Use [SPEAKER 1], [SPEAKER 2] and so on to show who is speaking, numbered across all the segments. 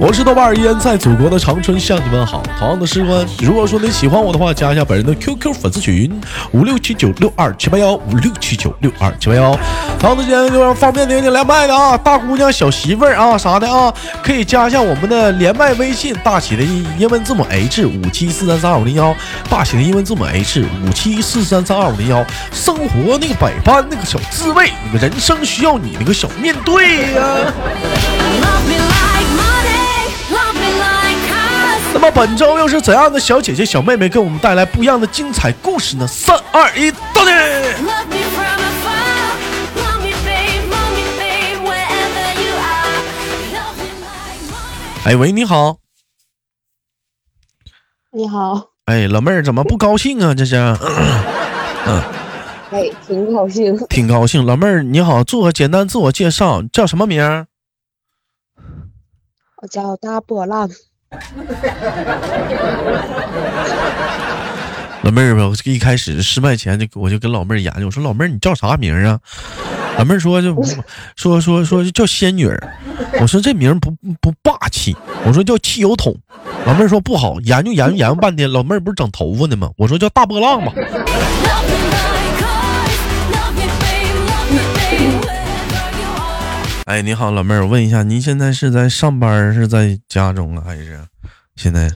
[SPEAKER 1] 我是豆瓣儿，依然在祖国的长春向你问好。同样的时光，如果说你喜欢我的话，加一下本人的 QQ 粉丝群五六七九六二七八幺五六七九六二七八幺。同样的时间，就让方便您连麦的啊，大姑娘、小媳妇儿啊啥的啊，可以加一下我们的连麦微信，大写的英文字母 H 五七四三三二五零幺，大写的英文字母 H 五七四三三二五零幺。生活那个百般那个小滋味，你们人生需要你那个小面对啊呀、
[SPEAKER 2] Love me like money, love me like cars.
[SPEAKER 1] 那么本周又是怎样的小姐姐、小妹妹给我们带来不一样的精彩故事呢？三二一，到底！
[SPEAKER 2] Love me from afar. Love me, babe, love me, babe, wherever you are. Love me like money.
[SPEAKER 1] 哎喂，你好，
[SPEAKER 3] 你好，
[SPEAKER 1] 哎老妹儿怎么不高兴啊？这是
[SPEAKER 3] 哎，挺高兴。
[SPEAKER 1] 挺高兴。老妹儿你好，做个简单自我介绍，叫什么名儿？
[SPEAKER 3] 我叫大波浪，
[SPEAKER 1] 老妹儿吧，我一开始失败前就我就跟老妹儿研究，我说老妹儿你叫啥名儿啊？老妹儿说就说说说叫仙女儿，我说这名儿不不霸气，我说叫汽油桶。老妹儿说不好，研究研究研究半天，老妹儿不是整头发呢吗？我说叫大波浪吧。
[SPEAKER 2] Love me like cars. Love me, babe, love me, babe, wherever you are.
[SPEAKER 1] 哎，你好，老妹儿，我问一下，您现在是在上班儿，是在家中啊，还是现在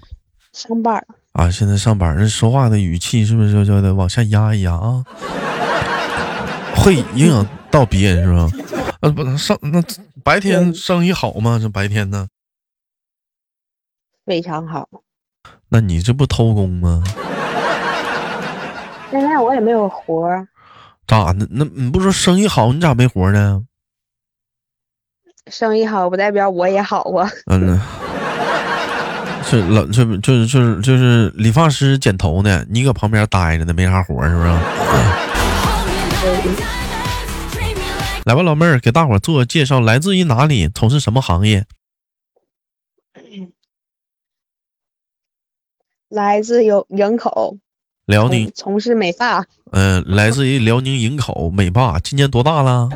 [SPEAKER 3] 上班儿。
[SPEAKER 1] 啊？现在上班儿，那说话的语气是不是就就得往下压一压啊？会影响到别人是吧？呃、不，上那白天生意好吗？这白天呢？
[SPEAKER 3] 非常好。
[SPEAKER 1] 那你这不偷工吗？
[SPEAKER 3] 现在我也没有活儿，
[SPEAKER 1] 咋的？那你不说生意好，你咋没活呢？
[SPEAKER 3] 生意好不代表我也好啊。
[SPEAKER 1] 嗯呢，是老这不就是就是就是理发师剪头呢，你搁旁边待着呢，没啥活儿是不是？
[SPEAKER 2] Hold me like diamonds. Treat me like
[SPEAKER 1] 来吧，老妹儿，给大伙儿做个介绍，来自于哪里，从事什么行业？
[SPEAKER 3] 来自有营口，
[SPEAKER 1] 辽
[SPEAKER 3] 从
[SPEAKER 1] 宁，
[SPEAKER 3] 从事美发，
[SPEAKER 1] 嗯、来自于辽宁营口美发，今年多大了？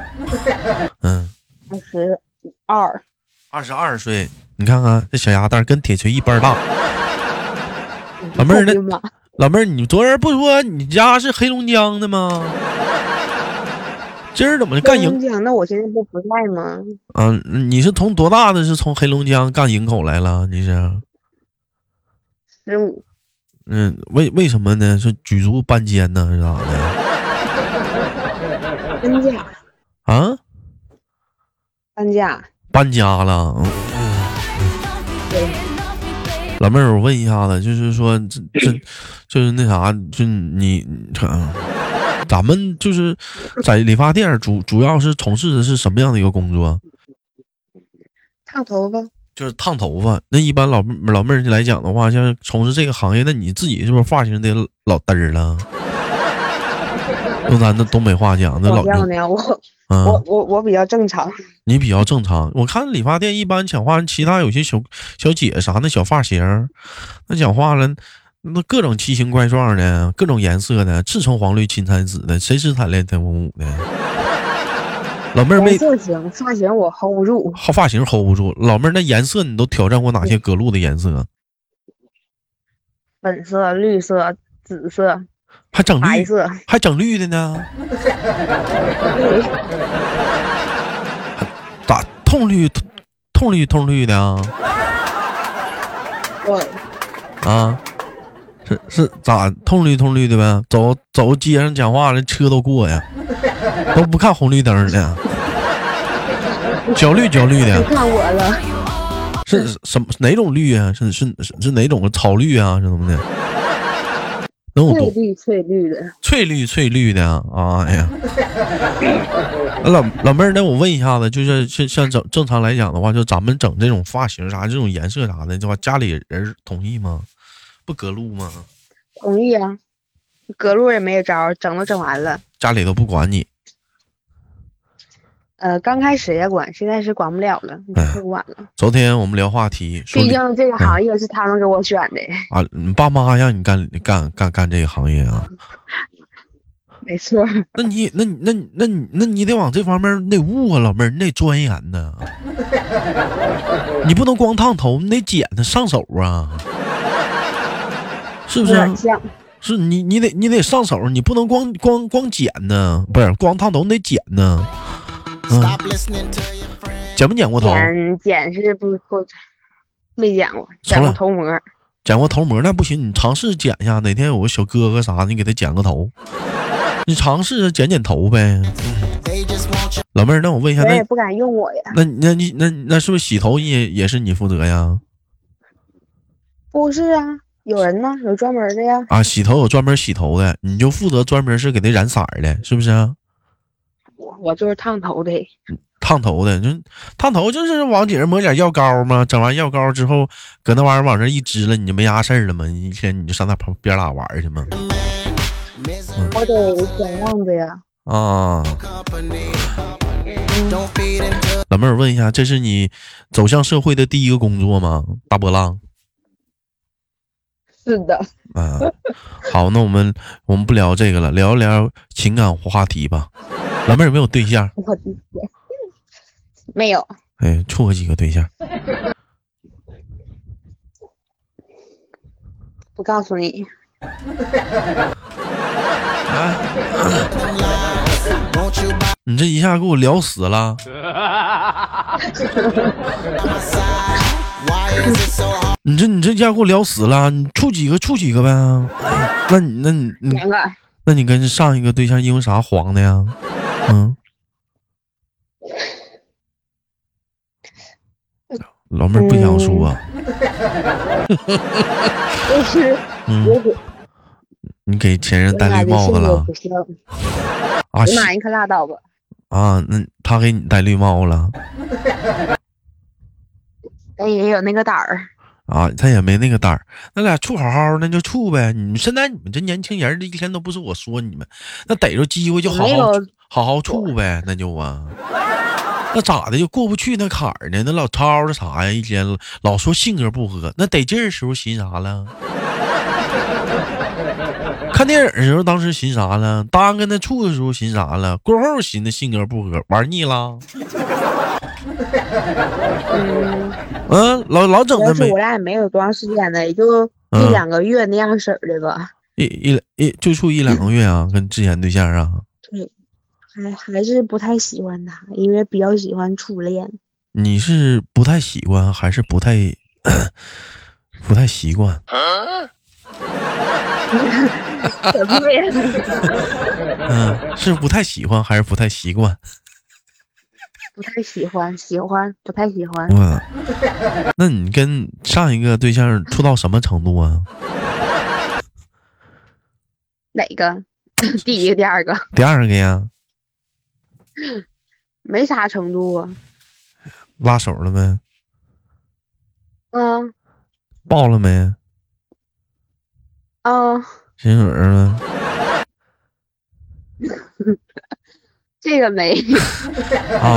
[SPEAKER 1] 嗯，
[SPEAKER 3] 二十二，
[SPEAKER 1] 二十二岁。你看看这小鸭蛋儿跟铁锤一般大。老妹儿，啊那
[SPEAKER 3] 我的妈，
[SPEAKER 1] 老妹儿，你昨儿不说你家是黑龙江的吗？今儿怎么就干
[SPEAKER 3] 营
[SPEAKER 1] 营？
[SPEAKER 3] 江，那我现在不不在吗？
[SPEAKER 1] 嗯、你是从多大的是从黑龙江干营口来了？你是？
[SPEAKER 3] 十五，
[SPEAKER 1] 嗯，为为什么呢？是举足搬迁呢？是咋的？
[SPEAKER 3] 搬家，
[SPEAKER 1] 啊？
[SPEAKER 3] 搬家，
[SPEAKER 1] 搬家了。嗯老妹儿，我问一下子，就是说，这这，就是那啥，就你，啊咱们就是在理发店儿主主要是从事的是什么样的一个工作？
[SPEAKER 3] 烫头发，
[SPEAKER 1] 就是烫头发。那一般老妹儿老妹儿来讲的话，像是从事这个行业，那你自己是不是发型得老嘚儿了？用咱的东北话讲，那老
[SPEAKER 3] 我漂亮，我
[SPEAKER 1] 嗯。
[SPEAKER 3] 我我我比较正常，
[SPEAKER 1] 你比较正常。我看理发店一般讲话，其他有些小小姐啥的小发型儿，那讲话了，那各种奇形怪状的，各种颜色的，赤橙黄绿青蓝紫的，谁是惨烈灯红舞的？老妹儿没
[SPEAKER 3] 颜色行，发型我 hold 不住，
[SPEAKER 1] 好发型 hold 不住，老妹儿那颜色你都挑战过哪些隔路的颜色？
[SPEAKER 3] 粉色、绿色、紫色、
[SPEAKER 1] 还整
[SPEAKER 3] 白
[SPEAKER 1] 绿，
[SPEAKER 3] 色，
[SPEAKER 1] 还整绿的呢？
[SPEAKER 3] 对。
[SPEAKER 1] 咋痛绿痛痛绿痛绿的啊？
[SPEAKER 3] 我
[SPEAKER 1] 啊，是是咋通绿通绿的呗？走走街上讲话，人车都过呀，都不看红绿灯的，焦绿焦绿
[SPEAKER 3] 你
[SPEAKER 1] 的，
[SPEAKER 3] 看我了，
[SPEAKER 1] 是是什么哪种绿啊？是是是是哪种草绿啊？是怎么的？能有
[SPEAKER 3] 翠
[SPEAKER 1] 多
[SPEAKER 3] 绿翠绿的，
[SPEAKER 1] 翠绿翠绿的啊？哎呀，老老妹儿，那我问一下子，就是像像整正常来讲的话，就咱们整这种发型啥、这种颜色啥的，的话，家里人同意吗？不隔路吗？
[SPEAKER 3] 同意啊。隔路也没招儿，整都整完了。
[SPEAKER 1] 家里都不管你。
[SPEAKER 3] 呃，刚开始也管，现在是管不了了，
[SPEAKER 1] 哎
[SPEAKER 3] 不管了。
[SPEAKER 1] 昨天我们聊话题，说
[SPEAKER 3] 毕
[SPEAKER 1] 你
[SPEAKER 3] 竟这个行业是他们给我选的，
[SPEAKER 1] 啊，你爸妈让你干干干干这个行业啊，
[SPEAKER 3] 没错。
[SPEAKER 1] 那你那你那你那你那你得往这方面儿你得悟啊，老妹儿，你得钻研呢，你不能光烫头，你得剪它上手啊，是不
[SPEAKER 3] 有
[SPEAKER 1] 是啊？
[SPEAKER 3] 点像，
[SPEAKER 1] 是你你得你得上手，你不能光光光剪呢，不是光烫头，你得剪呢，嗯，
[SPEAKER 4] Stop listening to your friends.
[SPEAKER 1] 剪没剪过头？
[SPEAKER 3] 剪剪是不不没剪过，
[SPEAKER 1] 从
[SPEAKER 3] 剪
[SPEAKER 1] 来
[SPEAKER 3] 过头模，
[SPEAKER 1] 剪过头模那不行，你尝试剪一下，哪天有个小哥哥啥的，你给他剪个头， 你尝试着剪剪头呗。
[SPEAKER 4] They just want your
[SPEAKER 1] 老妹儿，那我问一下，
[SPEAKER 3] 我
[SPEAKER 1] 那
[SPEAKER 3] 也不敢用我呀。
[SPEAKER 1] 那那你那那是不是洗头也也是你负责呀？
[SPEAKER 3] 不是啊，有人呢，有专门的呀。
[SPEAKER 1] 啊，洗头有专门洗头的，你就负责专门是给他染色儿的，是不是啊？
[SPEAKER 3] 我我就是烫头的，
[SPEAKER 1] 烫头的，就烫头就是往顶上抹点药膏嘛，整完药膏之后，搁那玩意儿往这一支了，你就没啥事儿了嘛，一天你就上那旁边儿拉玩儿去嘛。
[SPEAKER 4] misery
[SPEAKER 3] 我得剪样子呀。
[SPEAKER 1] 啊，
[SPEAKER 4] company. Don't feed into
[SPEAKER 1] 老妹儿，我问一下，这是你走向社会的第一个工作吗？大波浪
[SPEAKER 3] 是的，
[SPEAKER 1] 啊，好，那我们我们不聊这个了，聊一聊情感话题吧。老妹儿有没有对象？
[SPEAKER 3] 我的天， 没有，
[SPEAKER 1] 哎，处过几个对象？
[SPEAKER 3] 不告诉你，
[SPEAKER 4] Won't you by
[SPEAKER 1] 你这一下给我聊死了。
[SPEAKER 4] my side? Why is it so hard
[SPEAKER 1] 你这你这家给我聊死了，你处几个处几个呗？哎那你那你你
[SPEAKER 3] 两个
[SPEAKER 1] 那你跟上一个对象因为啥黄的呀？嗯，老妹儿不想说、
[SPEAKER 3] 就是
[SPEAKER 1] 嗯，
[SPEAKER 3] 我给
[SPEAKER 1] 你给前任
[SPEAKER 3] 我
[SPEAKER 1] 戴
[SPEAKER 3] 俩
[SPEAKER 1] 绿
[SPEAKER 3] 的
[SPEAKER 1] 帽
[SPEAKER 3] 性
[SPEAKER 1] 子
[SPEAKER 3] 格
[SPEAKER 1] 了
[SPEAKER 3] 不像，
[SPEAKER 1] 啊？
[SPEAKER 3] 你
[SPEAKER 1] 是
[SPEAKER 3] 妈你可拉倒吧，
[SPEAKER 1] 啊，那他给你戴绿帽了
[SPEAKER 3] 咱也有那个胆儿，
[SPEAKER 1] 啊？他也没那个胆儿，那俩处好好的就处呗。你们现在你们这年轻人，这一天都不是我说你们，那逮着机会就好
[SPEAKER 3] 没
[SPEAKER 1] 好
[SPEAKER 3] 有
[SPEAKER 1] 好好处呗，那就啊，那咋的就过不去那坎儿呢？那老吵吵啥呀？一天老说性格不合，那得劲儿时候寻啥了？ 看电影的时候，当时寻啥了？单跟他处的时候寻啥了？过后寻的性格不合，玩腻了。 嗯，老老整
[SPEAKER 3] 主
[SPEAKER 1] 那
[SPEAKER 3] 要是
[SPEAKER 1] 没
[SPEAKER 3] 我俩也没有多长时间的，也就一
[SPEAKER 1] 嗯
[SPEAKER 3] 两个月那样式儿的吧，
[SPEAKER 1] 一一一就处一两个月啊，跟之前对象啊，
[SPEAKER 3] 还还是不太喜欢他，因为比较喜欢初恋，
[SPEAKER 1] 你是不太喜欢还是不太 不太习惯？
[SPEAKER 3] 小屁妹
[SPEAKER 1] 嗯，是不太喜欢还是不太习惯？
[SPEAKER 3] 不太喜欢，喜欢不太喜欢，
[SPEAKER 1] 嗯，那你跟上一个对象处到什么程度啊？
[SPEAKER 3] 哪个？ 第一个、第二个，
[SPEAKER 1] 第二个呀，
[SPEAKER 3] 没啥程度啊，
[SPEAKER 1] 拉手了没？
[SPEAKER 3] 嗯
[SPEAKER 1] 抱了没？
[SPEAKER 3] 嗯，
[SPEAKER 1] 亲嘴儿了没？
[SPEAKER 3] 这个没，
[SPEAKER 1] 啊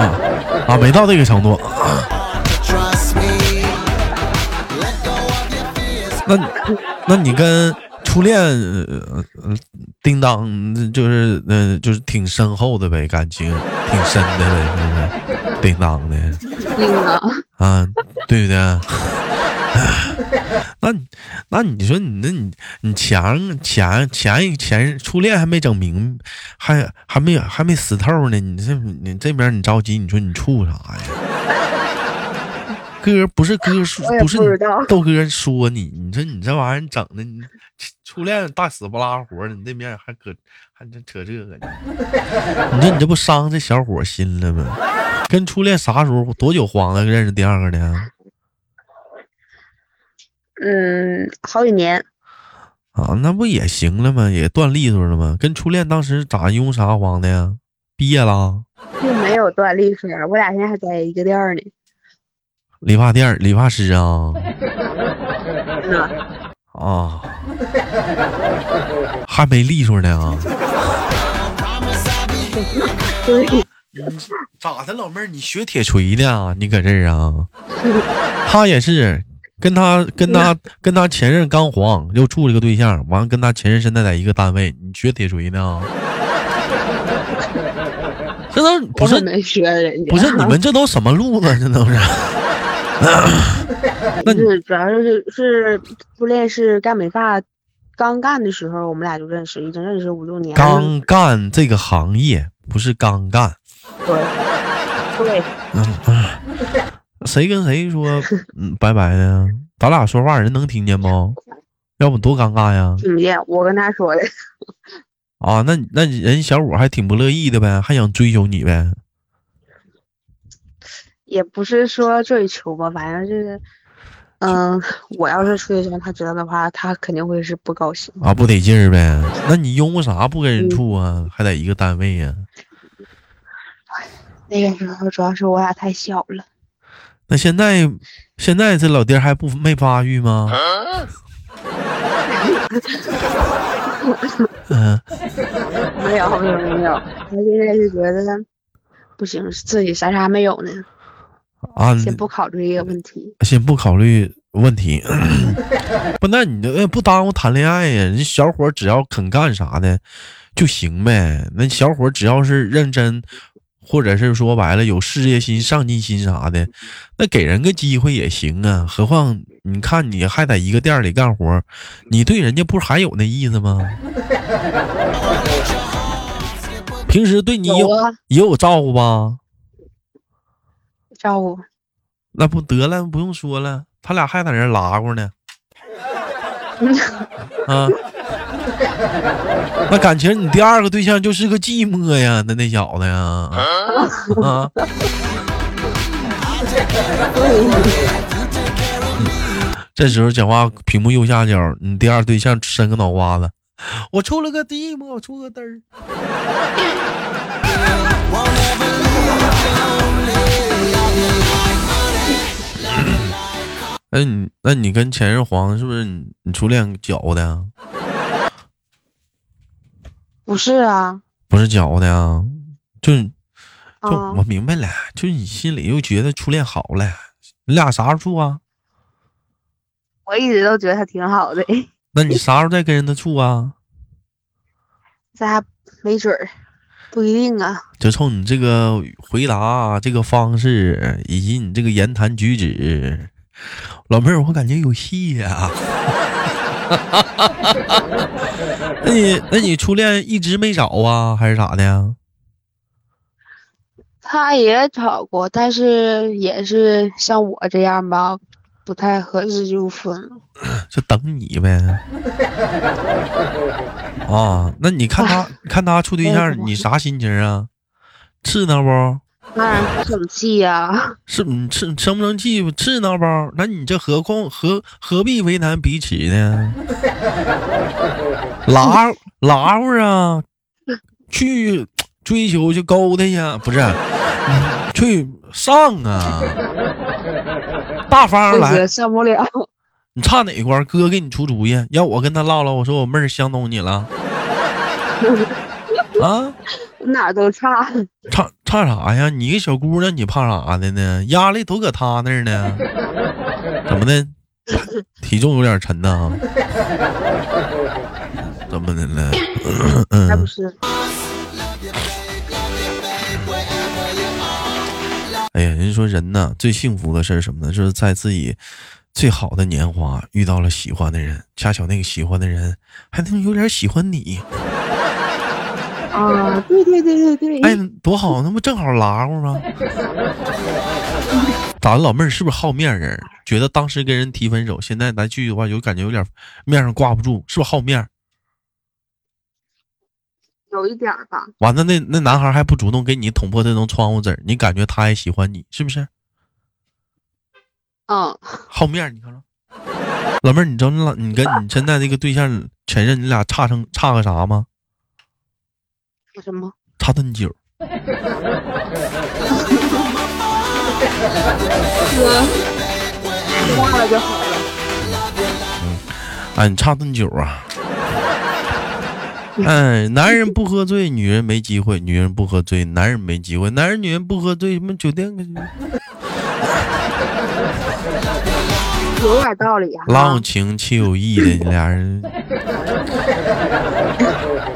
[SPEAKER 1] 啊，没到这个程度。
[SPEAKER 4] to trust me? Let go of your fears.
[SPEAKER 1] 那你那你跟初恋、呃呃叮当就是嗯、呃就是挺深厚的呗，感情挺深的呗，是不是？叮当的。
[SPEAKER 3] 那个
[SPEAKER 1] 啊，对不对？那你那你说你那你你前前前一前初恋还没整明，还还没还没死透呢，你这你这边你着急，你说你处啥呀？哥不是哥说
[SPEAKER 3] 我也
[SPEAKER 1] 不是
[SPEAKER 3] 不知道
[SPEAKER 1] 豆哥说你，你说你这玩意儿整的，你初恋大死不拉活的，你那边还搁还这扯这个呢， 你说你这不伤这小伙心了吗？跟初恋啥时候多久黄了？认识第二个的
[SPEAKER 3] 嗯，好几年，
[SPEAKER 1] 啊？那不也行了吗？也断利索了吗？跟初恋当时咋因为啥黄的呀？毕业了，啊
[SPEAKER 3] 并没有断历史，我俩现在还在一个店儿呢。
[SPEAKER 1] 理发店儿理发师啊
[SPEAKER 3] 嗯，
[SPEAKER 1] 啊，还没利索呢啊！
[SPEAKER 4] Promise I'll be
[SPEAKER 3] 对，
[SPEAKER 1] 咋的，老妹儿，你学铁锤呢？你搁这儿啊？他也是跟他跟他跟他前任刚黄，又处了个对象，完了跟他前任现在在一个单位，你学铁锤呢？啊 这都不
[SPEAKER 3] 我
[SPEAKER 1] 是
[SPEAKER 3] 可没学人家，
[SPEAKER 1] 不是你们这都什么路子？这都是那你
[SPEAKER 3] 是主要是是初恋是干美发，刚干的时候我们俩就认识，已经认识五六年了。
[SPEAKER 1] 刚干这个行业，不是刚干。嗯
[SPEAKER 3] 对对，
[SPEAKER 1] 谁跟谁说嗯拜拜呢？咱俩说话人能听见不？要不多尴尬呀！
[SPEAKER 3] 听不见我跟他说的，
[SPEAKER 1] 啊，那你那你人小五还挺不乐意的呗，还想追求你呗？
[SPEAKER 3] 也不是说追求吧，反正就是。嗯，我要是处对象，他知道的话，他肯定会是不高兴。
[SPEAKER 1] 啊，不得劲儿呗？那你悠磨啥不跟人处啊？还在一个单位呀、
[SPEAKER 3] 那个时候主要是我俩太小了，
[SPEAKER 1] 那现在现在这老爹还不没发育吗？嗯、
[SPEAKER 3] 没有没有没有，他现在是觉得不行，自己啥啥没有呢，
[SPEAKER 1] 啊，
[SPEAKER 3] 先不考虑这个问题。
[SPEAKER 1] 先不考虑问 题，不，那你这不耽误谈恋爱呀？人小伙儿只要肯干啥的就行呗。那小伙儿只要是认真，或者是说白了有事业心、上进心啥的，那给人个机会也行啊。何况你看你还在一个店儿里干活儿，你对人家不还有那意思 吗？平时对你
[SPEAKER 3] 有
[SPEAKER 1] 有
[SPEAKER 3] 啊，
[SPEAKER 1] 也有照顾吧？
[SPEAKER 3] 照顾
[SPEAKER 1] 那不得了，不用说了，他俩还在那儿拉过呢。啊，那感情你第二个对象就是个寂寞呀，那那小子呀，啊，这时候讲话，屏幕右下角，你第二对象伸个脑瓜子，我出了个寂寞，我出个嘚儿。哎，你那你跟前任黄是不是你你初恋搅的呀？
[SPEAKER 3] 不是啊，
[SPEAKER 1] 不是搅的呀，就就
[SPEAKER 3] 啊
[SPEAKER 1] 我，明白了，就你心里又觉得初恋好了，你俩啥时候处啊？
[SPEAKER 3] 我一直都觉得他挺好的，
[SPEAKER 1] 那你啥时候再跟人家处啊？
[SPEAKER 3] 咱俩没准儿，不一定啊。
[SPEAKER 1] 就冲你这个回答、啊这个方式以及你这个言谈举止，老妹儿，我感觉有戏呀、 那你那你初恋一直没找啊，还是咋的呀？
[SPEAKER 3] 他也找过，但是也是像我这样吧，不太合适就分了。
[SPEAKER 1] 就等你呗。啊，那你看他看他处对
[SPEAKER 3] 哎
[SPEAKER 1] 象
[SPEAKER 3] 怎，么
[SPEAKER 1] 你啥心情啊？刺挠不？
[SPEAKER 3] 当然生气呀、
[SPEAKER 1] 是你刺生不生气不？刺挠不？那你这何况何何必为难彼此呢？拉拉乎啊，去追求去勾搭呀，不是，嗯去上啊，大方
[SPEAKER 3] 我
[SPEAKER 1] 来
[SPEAKER 3] 觉。得上不了。
[SPEAKER 1] 你差哪块儿？哥给你出主意，要我跟他唠唠。我说我妹儿相中你 了，啊，
[SPEAKER 3] 哪儿都差，
[SPEAKER 1] 差差啥呀？你一个小姑娘，你怕啥的呢？压力都搁他那儿呢，怎么的？体重有点沉呐？怎么的了？
[SPEAKER 3] 那不是
[SPEAKER 1] 哎呀，人家说人呐，最幸福的事儿是什么呢？就是在自己最好的年华遇到了喜欢的人，恰巧那个喜欢的人还能有点喜欢你。
[SPEAKER 3] 啊？对对对对
[SPEAKER 1] 嗯哎
[SPEAKER 3] 对，，
[SPEAKER 1] 多好，那不正好拉乎吗？咱老妹儿是不是好面人儿？觉得当时跟人提分手，现在来去的话，有感觉有点面上挂不住，是不是好面儿？
[SPEAKER 3] 有一点儿吧。
[SPEAKER 1] 完了，那那男孩还不主动给你捅破这层窗户纸儿，你感觉他也喜欢你，是不是？
[SPEAKER 3] 嗯，
[SPEAKER 1] 好面儿，你看着。老妹儿，你知道你老你跟你现在这个对象前任，你俩差成差个啥吗？
[SPEAKER 3] 那什么？
[SPEAKER 1] 差顿酒。
[SPEAKER 3] 忘了就好了。
[SPEAKER 1] 嗯 哎，你差顿酒啊？哎，男人不喝醉，女人没机会；女人不喝醉，男人没机会；男人女人不喝醉，什么酒店
[SPEAKER 3] 有点道理啊。
[SPEAKER 1] 浪情且有意的俩人。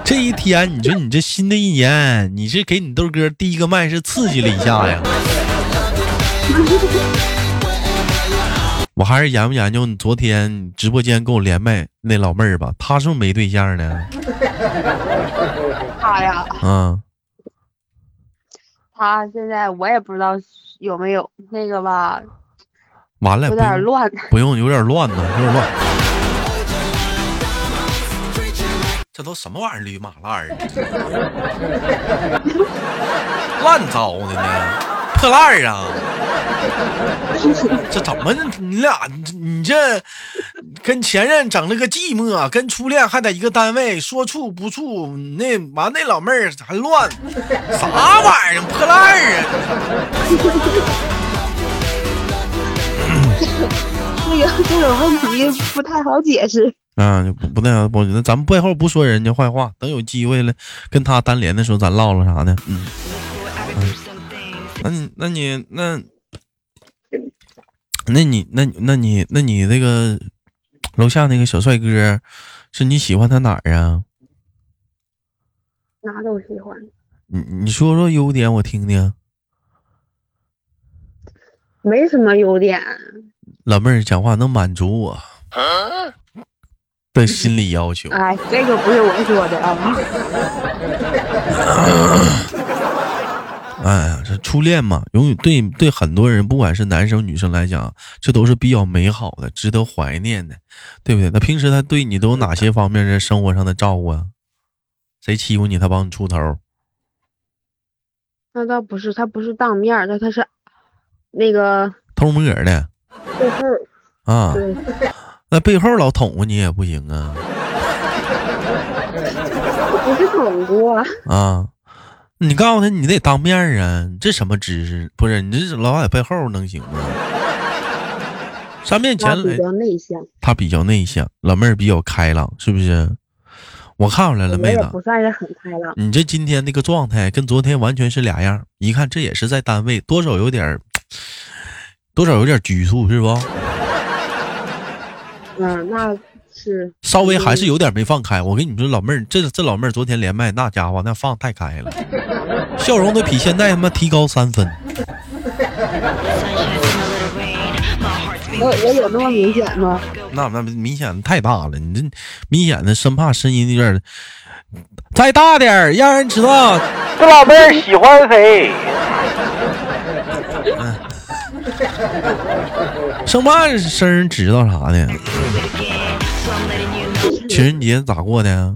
[SPEAKER 1] 这一天，你说你这新的一年，你是给你豆哥第一个麦是刺激了一下呀？我还是研究研究你昨天直播间跟我连麦那老妹儿吧，她是不是没对象呢？
[SPEAKER 3] 他呀，
[SPEAKER 1] 嗯，
[SPEAKER 3] 他现在我也不知道有没有那个吧，
[SPEAKER 1] 完了，
[SPEAKER 3] 有
[SPEAKER 1] 哎不
[SPEAKER 3] 点
[SPEAKER 1] 用
[SPEAKER 3] 乱。
[SPEAKER 1] 不用，有点乱呢，有点乱。这都什么玩意儿，驴马烂儿啊，乱糟的呢，破烂儿啊！这怎么你俩你这跟前任整了个寂寞，啊跟初恋还在一个单位，说处不处，那完那老妹儿还乱，啥玩意儿破烂儿啊！
[SPEAKER 3] 这个这种问题不太好解释。
[SPEAKER 1] 啊，就不不那样，不，那咱们背后不说人家坏话，等有机会了跟他单连的时候，咱唠唠啥的。嗯，嗯那你那你那，那你那那你那你那个楼下那个小帅哥，是你喜欢他哪儿啊？
[SPEAKER 3] 哪都喜欢，
[SPEAKER 1] 你你说说优点，我听听。
[SPEAKER 3] 没什么优点。
[SPEAKER 1] 老妹儿讲话能满足我的心理要求。
[SPEAKER 3] 哎，这个不是我说的啊。
[SPEAKER 1] 哎呀，这初恋嘛，永远对对很多人，不管是男生女生来讲，这都是比较美好的，值得怀念的，对不对？那平时他对你都有哪些方面的生活上的照顾啊？谁欺负你，他帮你出头儿
[SPEAKER 3] 那倒不是，他不是当面儿的，他是那个
[SPEAKER 1] 偷摸儿的
[SPEAKER 3] 背后儿
[SPEAKER 1] 啊？
[SPEAKER 3] 对，
[SPEAKER 1] 那背后老捅咕你也不行啊
[SPEAKER 3] 不是捅过。
[SPEAKER 1] 啊！你告诉他，你得当面儿啊！你这什么知识？不是你这老在背后能行吗？上面前
[SPEAKER 3] 他
[SPEAKER 1] 来
[SPEAKER 3] 比，较内向，
[SPEAKER 1] 他比较内向，老妹儿比较开朗，是不是？我看出来了，
[SPEAKER 3] 我
[SPEAKER 1] 妹
[SPEAKER 3] 也
[SPEAKER 1] 子，
[SPEAKER 3] 不算是很开朗。
[SPEAKER 1] 你这今天那个状态跟昨天完全是俩样儿。一看这也是在单位，多少有点儿，多少有点儿拘束，是不？
[SPEAKER 3] 嗯，那是
[SPEAKER 1] 稍微还是有点没放开。我跟你们说，老妹儿，这这老妹儿昨天连麦，那家伙那放太开了，笑容都比现在他妈提高三分。
[SPEAKER 3] 我我有那么明显吗？
[SPEAKER 1] 那那明显的太大了，你这明显的生怕声音有点儿再大点儿，让人知道
[SPEAKER 5] 这老妹儿喜欢谁？
[SPEAKER 1] 嗯生怕生人知道啥的。情人节咋过的呀？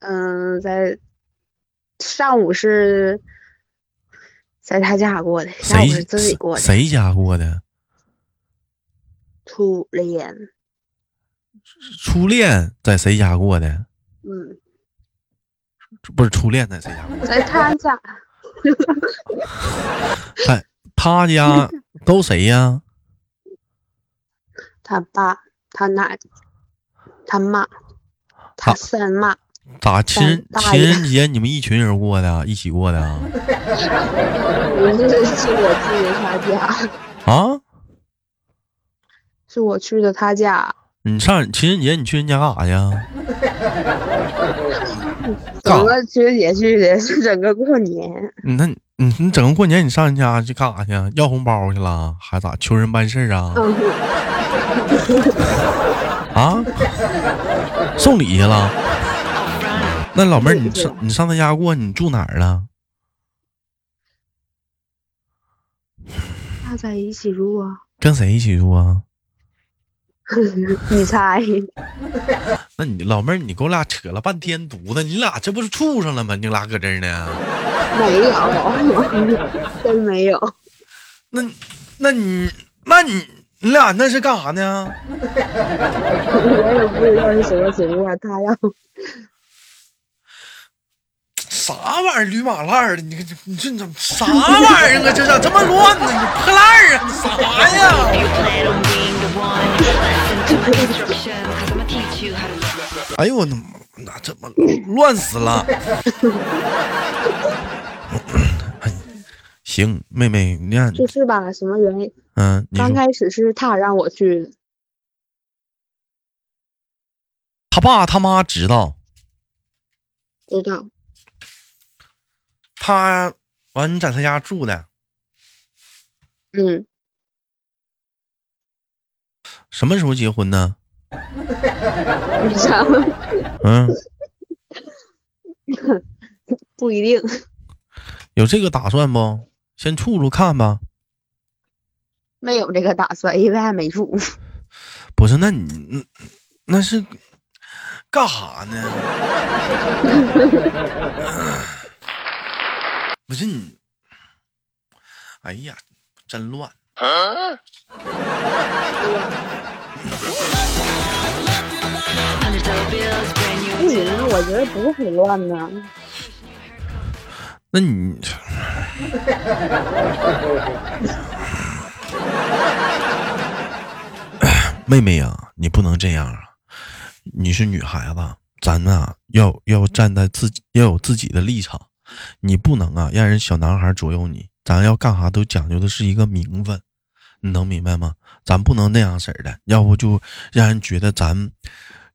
[SPEAKER 3] 嗯，在上午是在他家过的，下午
[SPEAKER 1] 谁
[SPEAKER 3] 是自己过的。
[SPEAKER 1] 谁家过的？
[SPEAKER 3] 初恋，
[SPEAKER 1] 初恋在谁家过的？
[SPEAKER 3] 嗯，
[SPEAKER 1] 不是初恋在谁家过的？
[SPEAKER 3] 在他家，
[SPEAKER 1] 在他家都谁呀？
[SPEAKER 3] 他爸、他奶、他妈、
[SPEAKER 1] 好
[SPEAKER 3] 他三妈。
[SPEAKER 1] 咋情人
[SPEAKER 3] 大
[SPEAKER 1] 情
[SPEAKER 3] 爷
[SPEAKER 1] 人节你们一群人过的啊，一起过的啊？
[SPEAKER 3] 我这是我去的他家，
[SPEAKER 1] 啊？
[SPEAKER 3] 是我去的他家，
[SPEAKER 1] 你上情人节你去人家干啥去啊？干
[SPEAKER 3] 整个情人节去的，是整个过年。
[SPEAKER 1] 你嗯那你你整个过年你上人家去干啥去啊？要红包去了，还咋求人办事儿 啊？
[SPEAKER 3] 嗯，
[SPEAKER 1] 啊？送礼去了？那老妹儿，你
[SPEAKER 3] 对
[SPEAKER 1] 上你上他家过，你住哪儿了？
[SPEAKER 3] 那在一起住啊？
[SPEAKER 1] 跟谁一起住啊？
[SPEAKER 3] 你猜？
[SPEAKER 1] 那你老妹儿，你给我俩扯了半天犊子，你俩这不是处上了吗？你俩搁这儿呢？
[SPEAKER 3] 没有， 真没有。
[SPEAKER 1] 那，那你，那你，你俩那是干啥呢？
[SPEAKER 3] 我也不知道是什么情况，他要
[SPEAKER 1] 啥玩意儿，驴马烂儿的？你这，你这你怎么啥玩意儿啊？这咋这么乱呢？你破烂儿啊？啥呀？
[SPEAKER 2] You plan on being the one. Listen to my instructions, cause I'ma teach you how to.
[SPEAKER 1] 哎呦我的妈，那怎么乱死了？ 哎行，妹妹，你看，
[SPEAKER 3] 就是吧，什么原因？
[SPEAKER 1] 嗯、你
[SPEAKER 3] 刚
[SPEAKER 1] 说
[SPEAKER 3] 开始是他让我去，
[SPEAKER 1] 他爸他妈知道
[SPEAKER 3] 知道
[SPEAKER 1] 他完你在他家住的
[SPEAKER 3] 嗯，
[SPEAKER 1] 什么时候结婚呢？
[SPEAKER 3] 然后
[SPEAKER 1] 嗯，
[SPEAKER 3] 不一定，
[SPEAKER 1] 有这个打算不？先处处看吧。
[SPEAKER 3] 没有这个打算，因为还没处。
[SPEAKER 1] 不是，那你那是干哈呢？ 不是你，哎呀，真乱！
[SPEAKER 3] 不行，我觉得不是很乱呢。
[SPEAKER 1] 嗯那你，妹妹呀、你不能这样啊！你是女孩子，咱们啊要要站在自己要有自己的立场，你不能啊让人小男孩左右你。咱要干啥都讲究的是一个名分，你能明白吗？咱不能那样式儿的，要不就让人觉得咱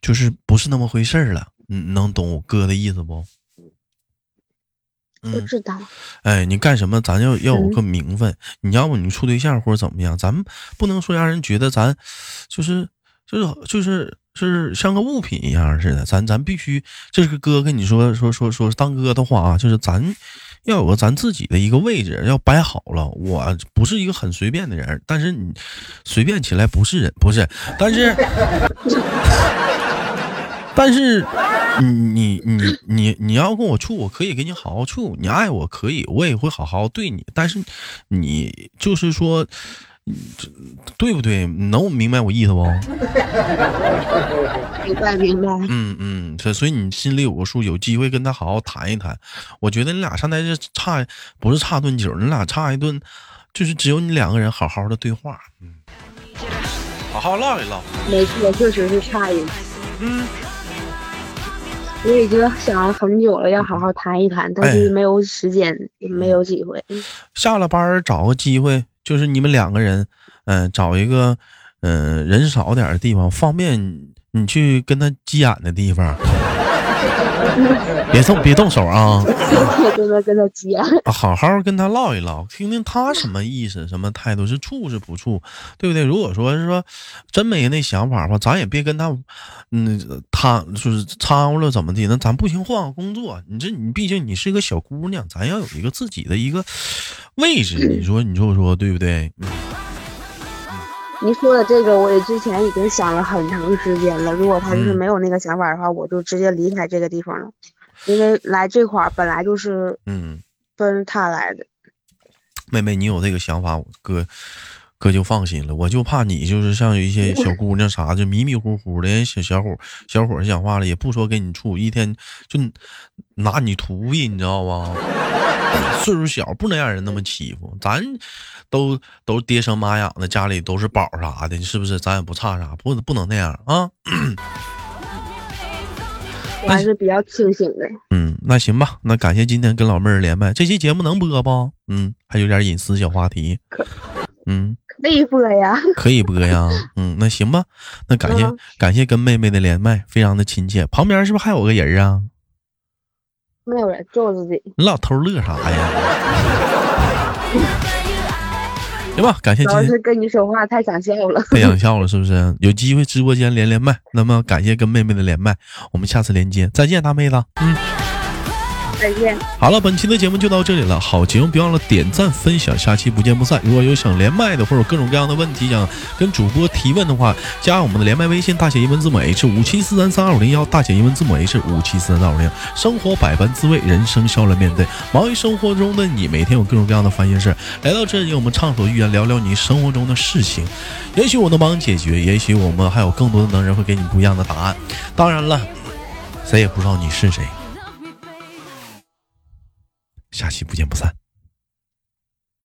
[SPEAKER 1] 就是不是那么回事儿了。你你能懂我哥的意思不？
[SPEAKER 3] 不
[SPEAKER 1] 嗯，
[SPEAKER 3] 知道，
[SPEAKER 1] 哎，你干什么？咱要要有个名分。你要不你处对象或者怎么样，咱们不能说让人觉得咱就是就是就是就是像个物品一样似的。咱咱必须，这是哥跟你说说说说当哥的话啊，就是咱要有个咱自己的一个位置，要摆好了。我不是一个很随便的人，但是你随便起来不是人，不是，但是但是你你你你你要跟我处，我可以跟你好好处，你爱我可以，我也会好好对你。但是你就是说，嗯这对不对？你能明白我意思不？
[SPEAKER 3] 明白明白。
[SPEAKER 1] 嗯嗯，所所以你心里有个数，有机会跟他好好谈一谈。我觉得你俩现在是差，不是差顿酒，你俩差一顿，就是只有你两个人好好的对话，嗯，好好唠一唠。
[SPEAKER 3] 没错，确实是差异。
[SPEAKER 1] 嗯，
[SPEAKER 3] 我已经想了很久了，要好好谈一谈，但是
[SPEAKER 1] 哎
[SPEAKER 3] 没有时间，也没有机会。
[SPEAKER 1] 下了班儿找个机会，就是你们两个人，嗯、找一个，嗯、人少点儿的地方，方便你去跟他急眼的地方。别动，别动手啊！
[SPEAKER 3] 我真的跟他急啊！
[SPEAKER 1] 啊好好跟他唠一唠，听听他什么意思、什么态度，是处是不处，对不对？如果说是说真没那想法吧，咱也别跟他，嗯，他就是掺和了怎么的，那咱不行换个工作。你这你毕竟你是个小姑娘，咱要有一个自己的一个位置，你说你说我说对不对？嗯
[SPEAKER 3] 您说的这个，我也之前已经想了很长时间了。如果他就是
[SPEAKER 1] 嗯
[SPEAKER 3] 没有那个想法的话，我就直接离开这个地方了，因为来这块儿本来就是
[SPEAKER 1] 嗯，
[SPEAKER 3] 奔着他来的。
[SPEAKER 1] 妹妹，你有这个想法，我哥哥就放心了。我就怕你就是像一些小姑娘啥，就迷迷糊糊的，小小伙小伙儿讲话了，也不说跟你处，一天就拿你徒弟，你知道吧？ 岁数小，不能让人那么欺负。咱都都是爹生妈养的，家里都是宝啥的，是不是？咱也不差啥，不不能那样啊。哎
[SPEAKER 3] 我还是比较清醒的。
[SPEAKER 1] 嗯，那行吧，那感谢今天跟老妹儿连麦，这期节目能播不？嗯，还有点隐私小话题。嗯。
[SPEAKER 3] 可以播呀，
[SPEAKER 1] 可以播呀，嗯，那行吧，那感谢、
[SPEAKER 3] 嗯
[SPEAKER 1] 感谢跟妹妹的连麦，非常的亲切。旁边是不是还有个人啊？
[SPEAKER 3] 没有人就我自己。
[SPEAKER 1] 你老偷乐啥呀？ 行吧，感谢
[SPEAKER 3] 主
[SPEAKER 1] 今
[SPEAKER 3] 要
[SPEAKER 1] 天
[SPEAKER 3] 是跟你说话太想笑了。
[SPEAKER 1] 太想笑了，是不是？有机会直播间连连麦，那么感谢跟妹妹的连麦，我们下次连接，再见，大妹子。嗯，
[SPEAKER 3] 再见。
[SPEAKER 1] 好了，本期的节目就到这里了。好节目，别忘了点赞分享，下期不见不散。如果有想连麦的或者各种各样的问题想跟主播提问的话，加我们的连麦微信，大写英文字母 H 五七四三三二五零幺，大写英文字母 H 五七四三三二五零。生活百般滋味，人生笑着面对。忙于生活中的你，每天有各种各样的烦心事儿。来到这里，我们畅所欲言，聊聊你生活中的事情。也许我能帮你解决，也许我们还有更多的能人会给你不一样的答案。当然了，谁也不知道你是谁。下期不见不散。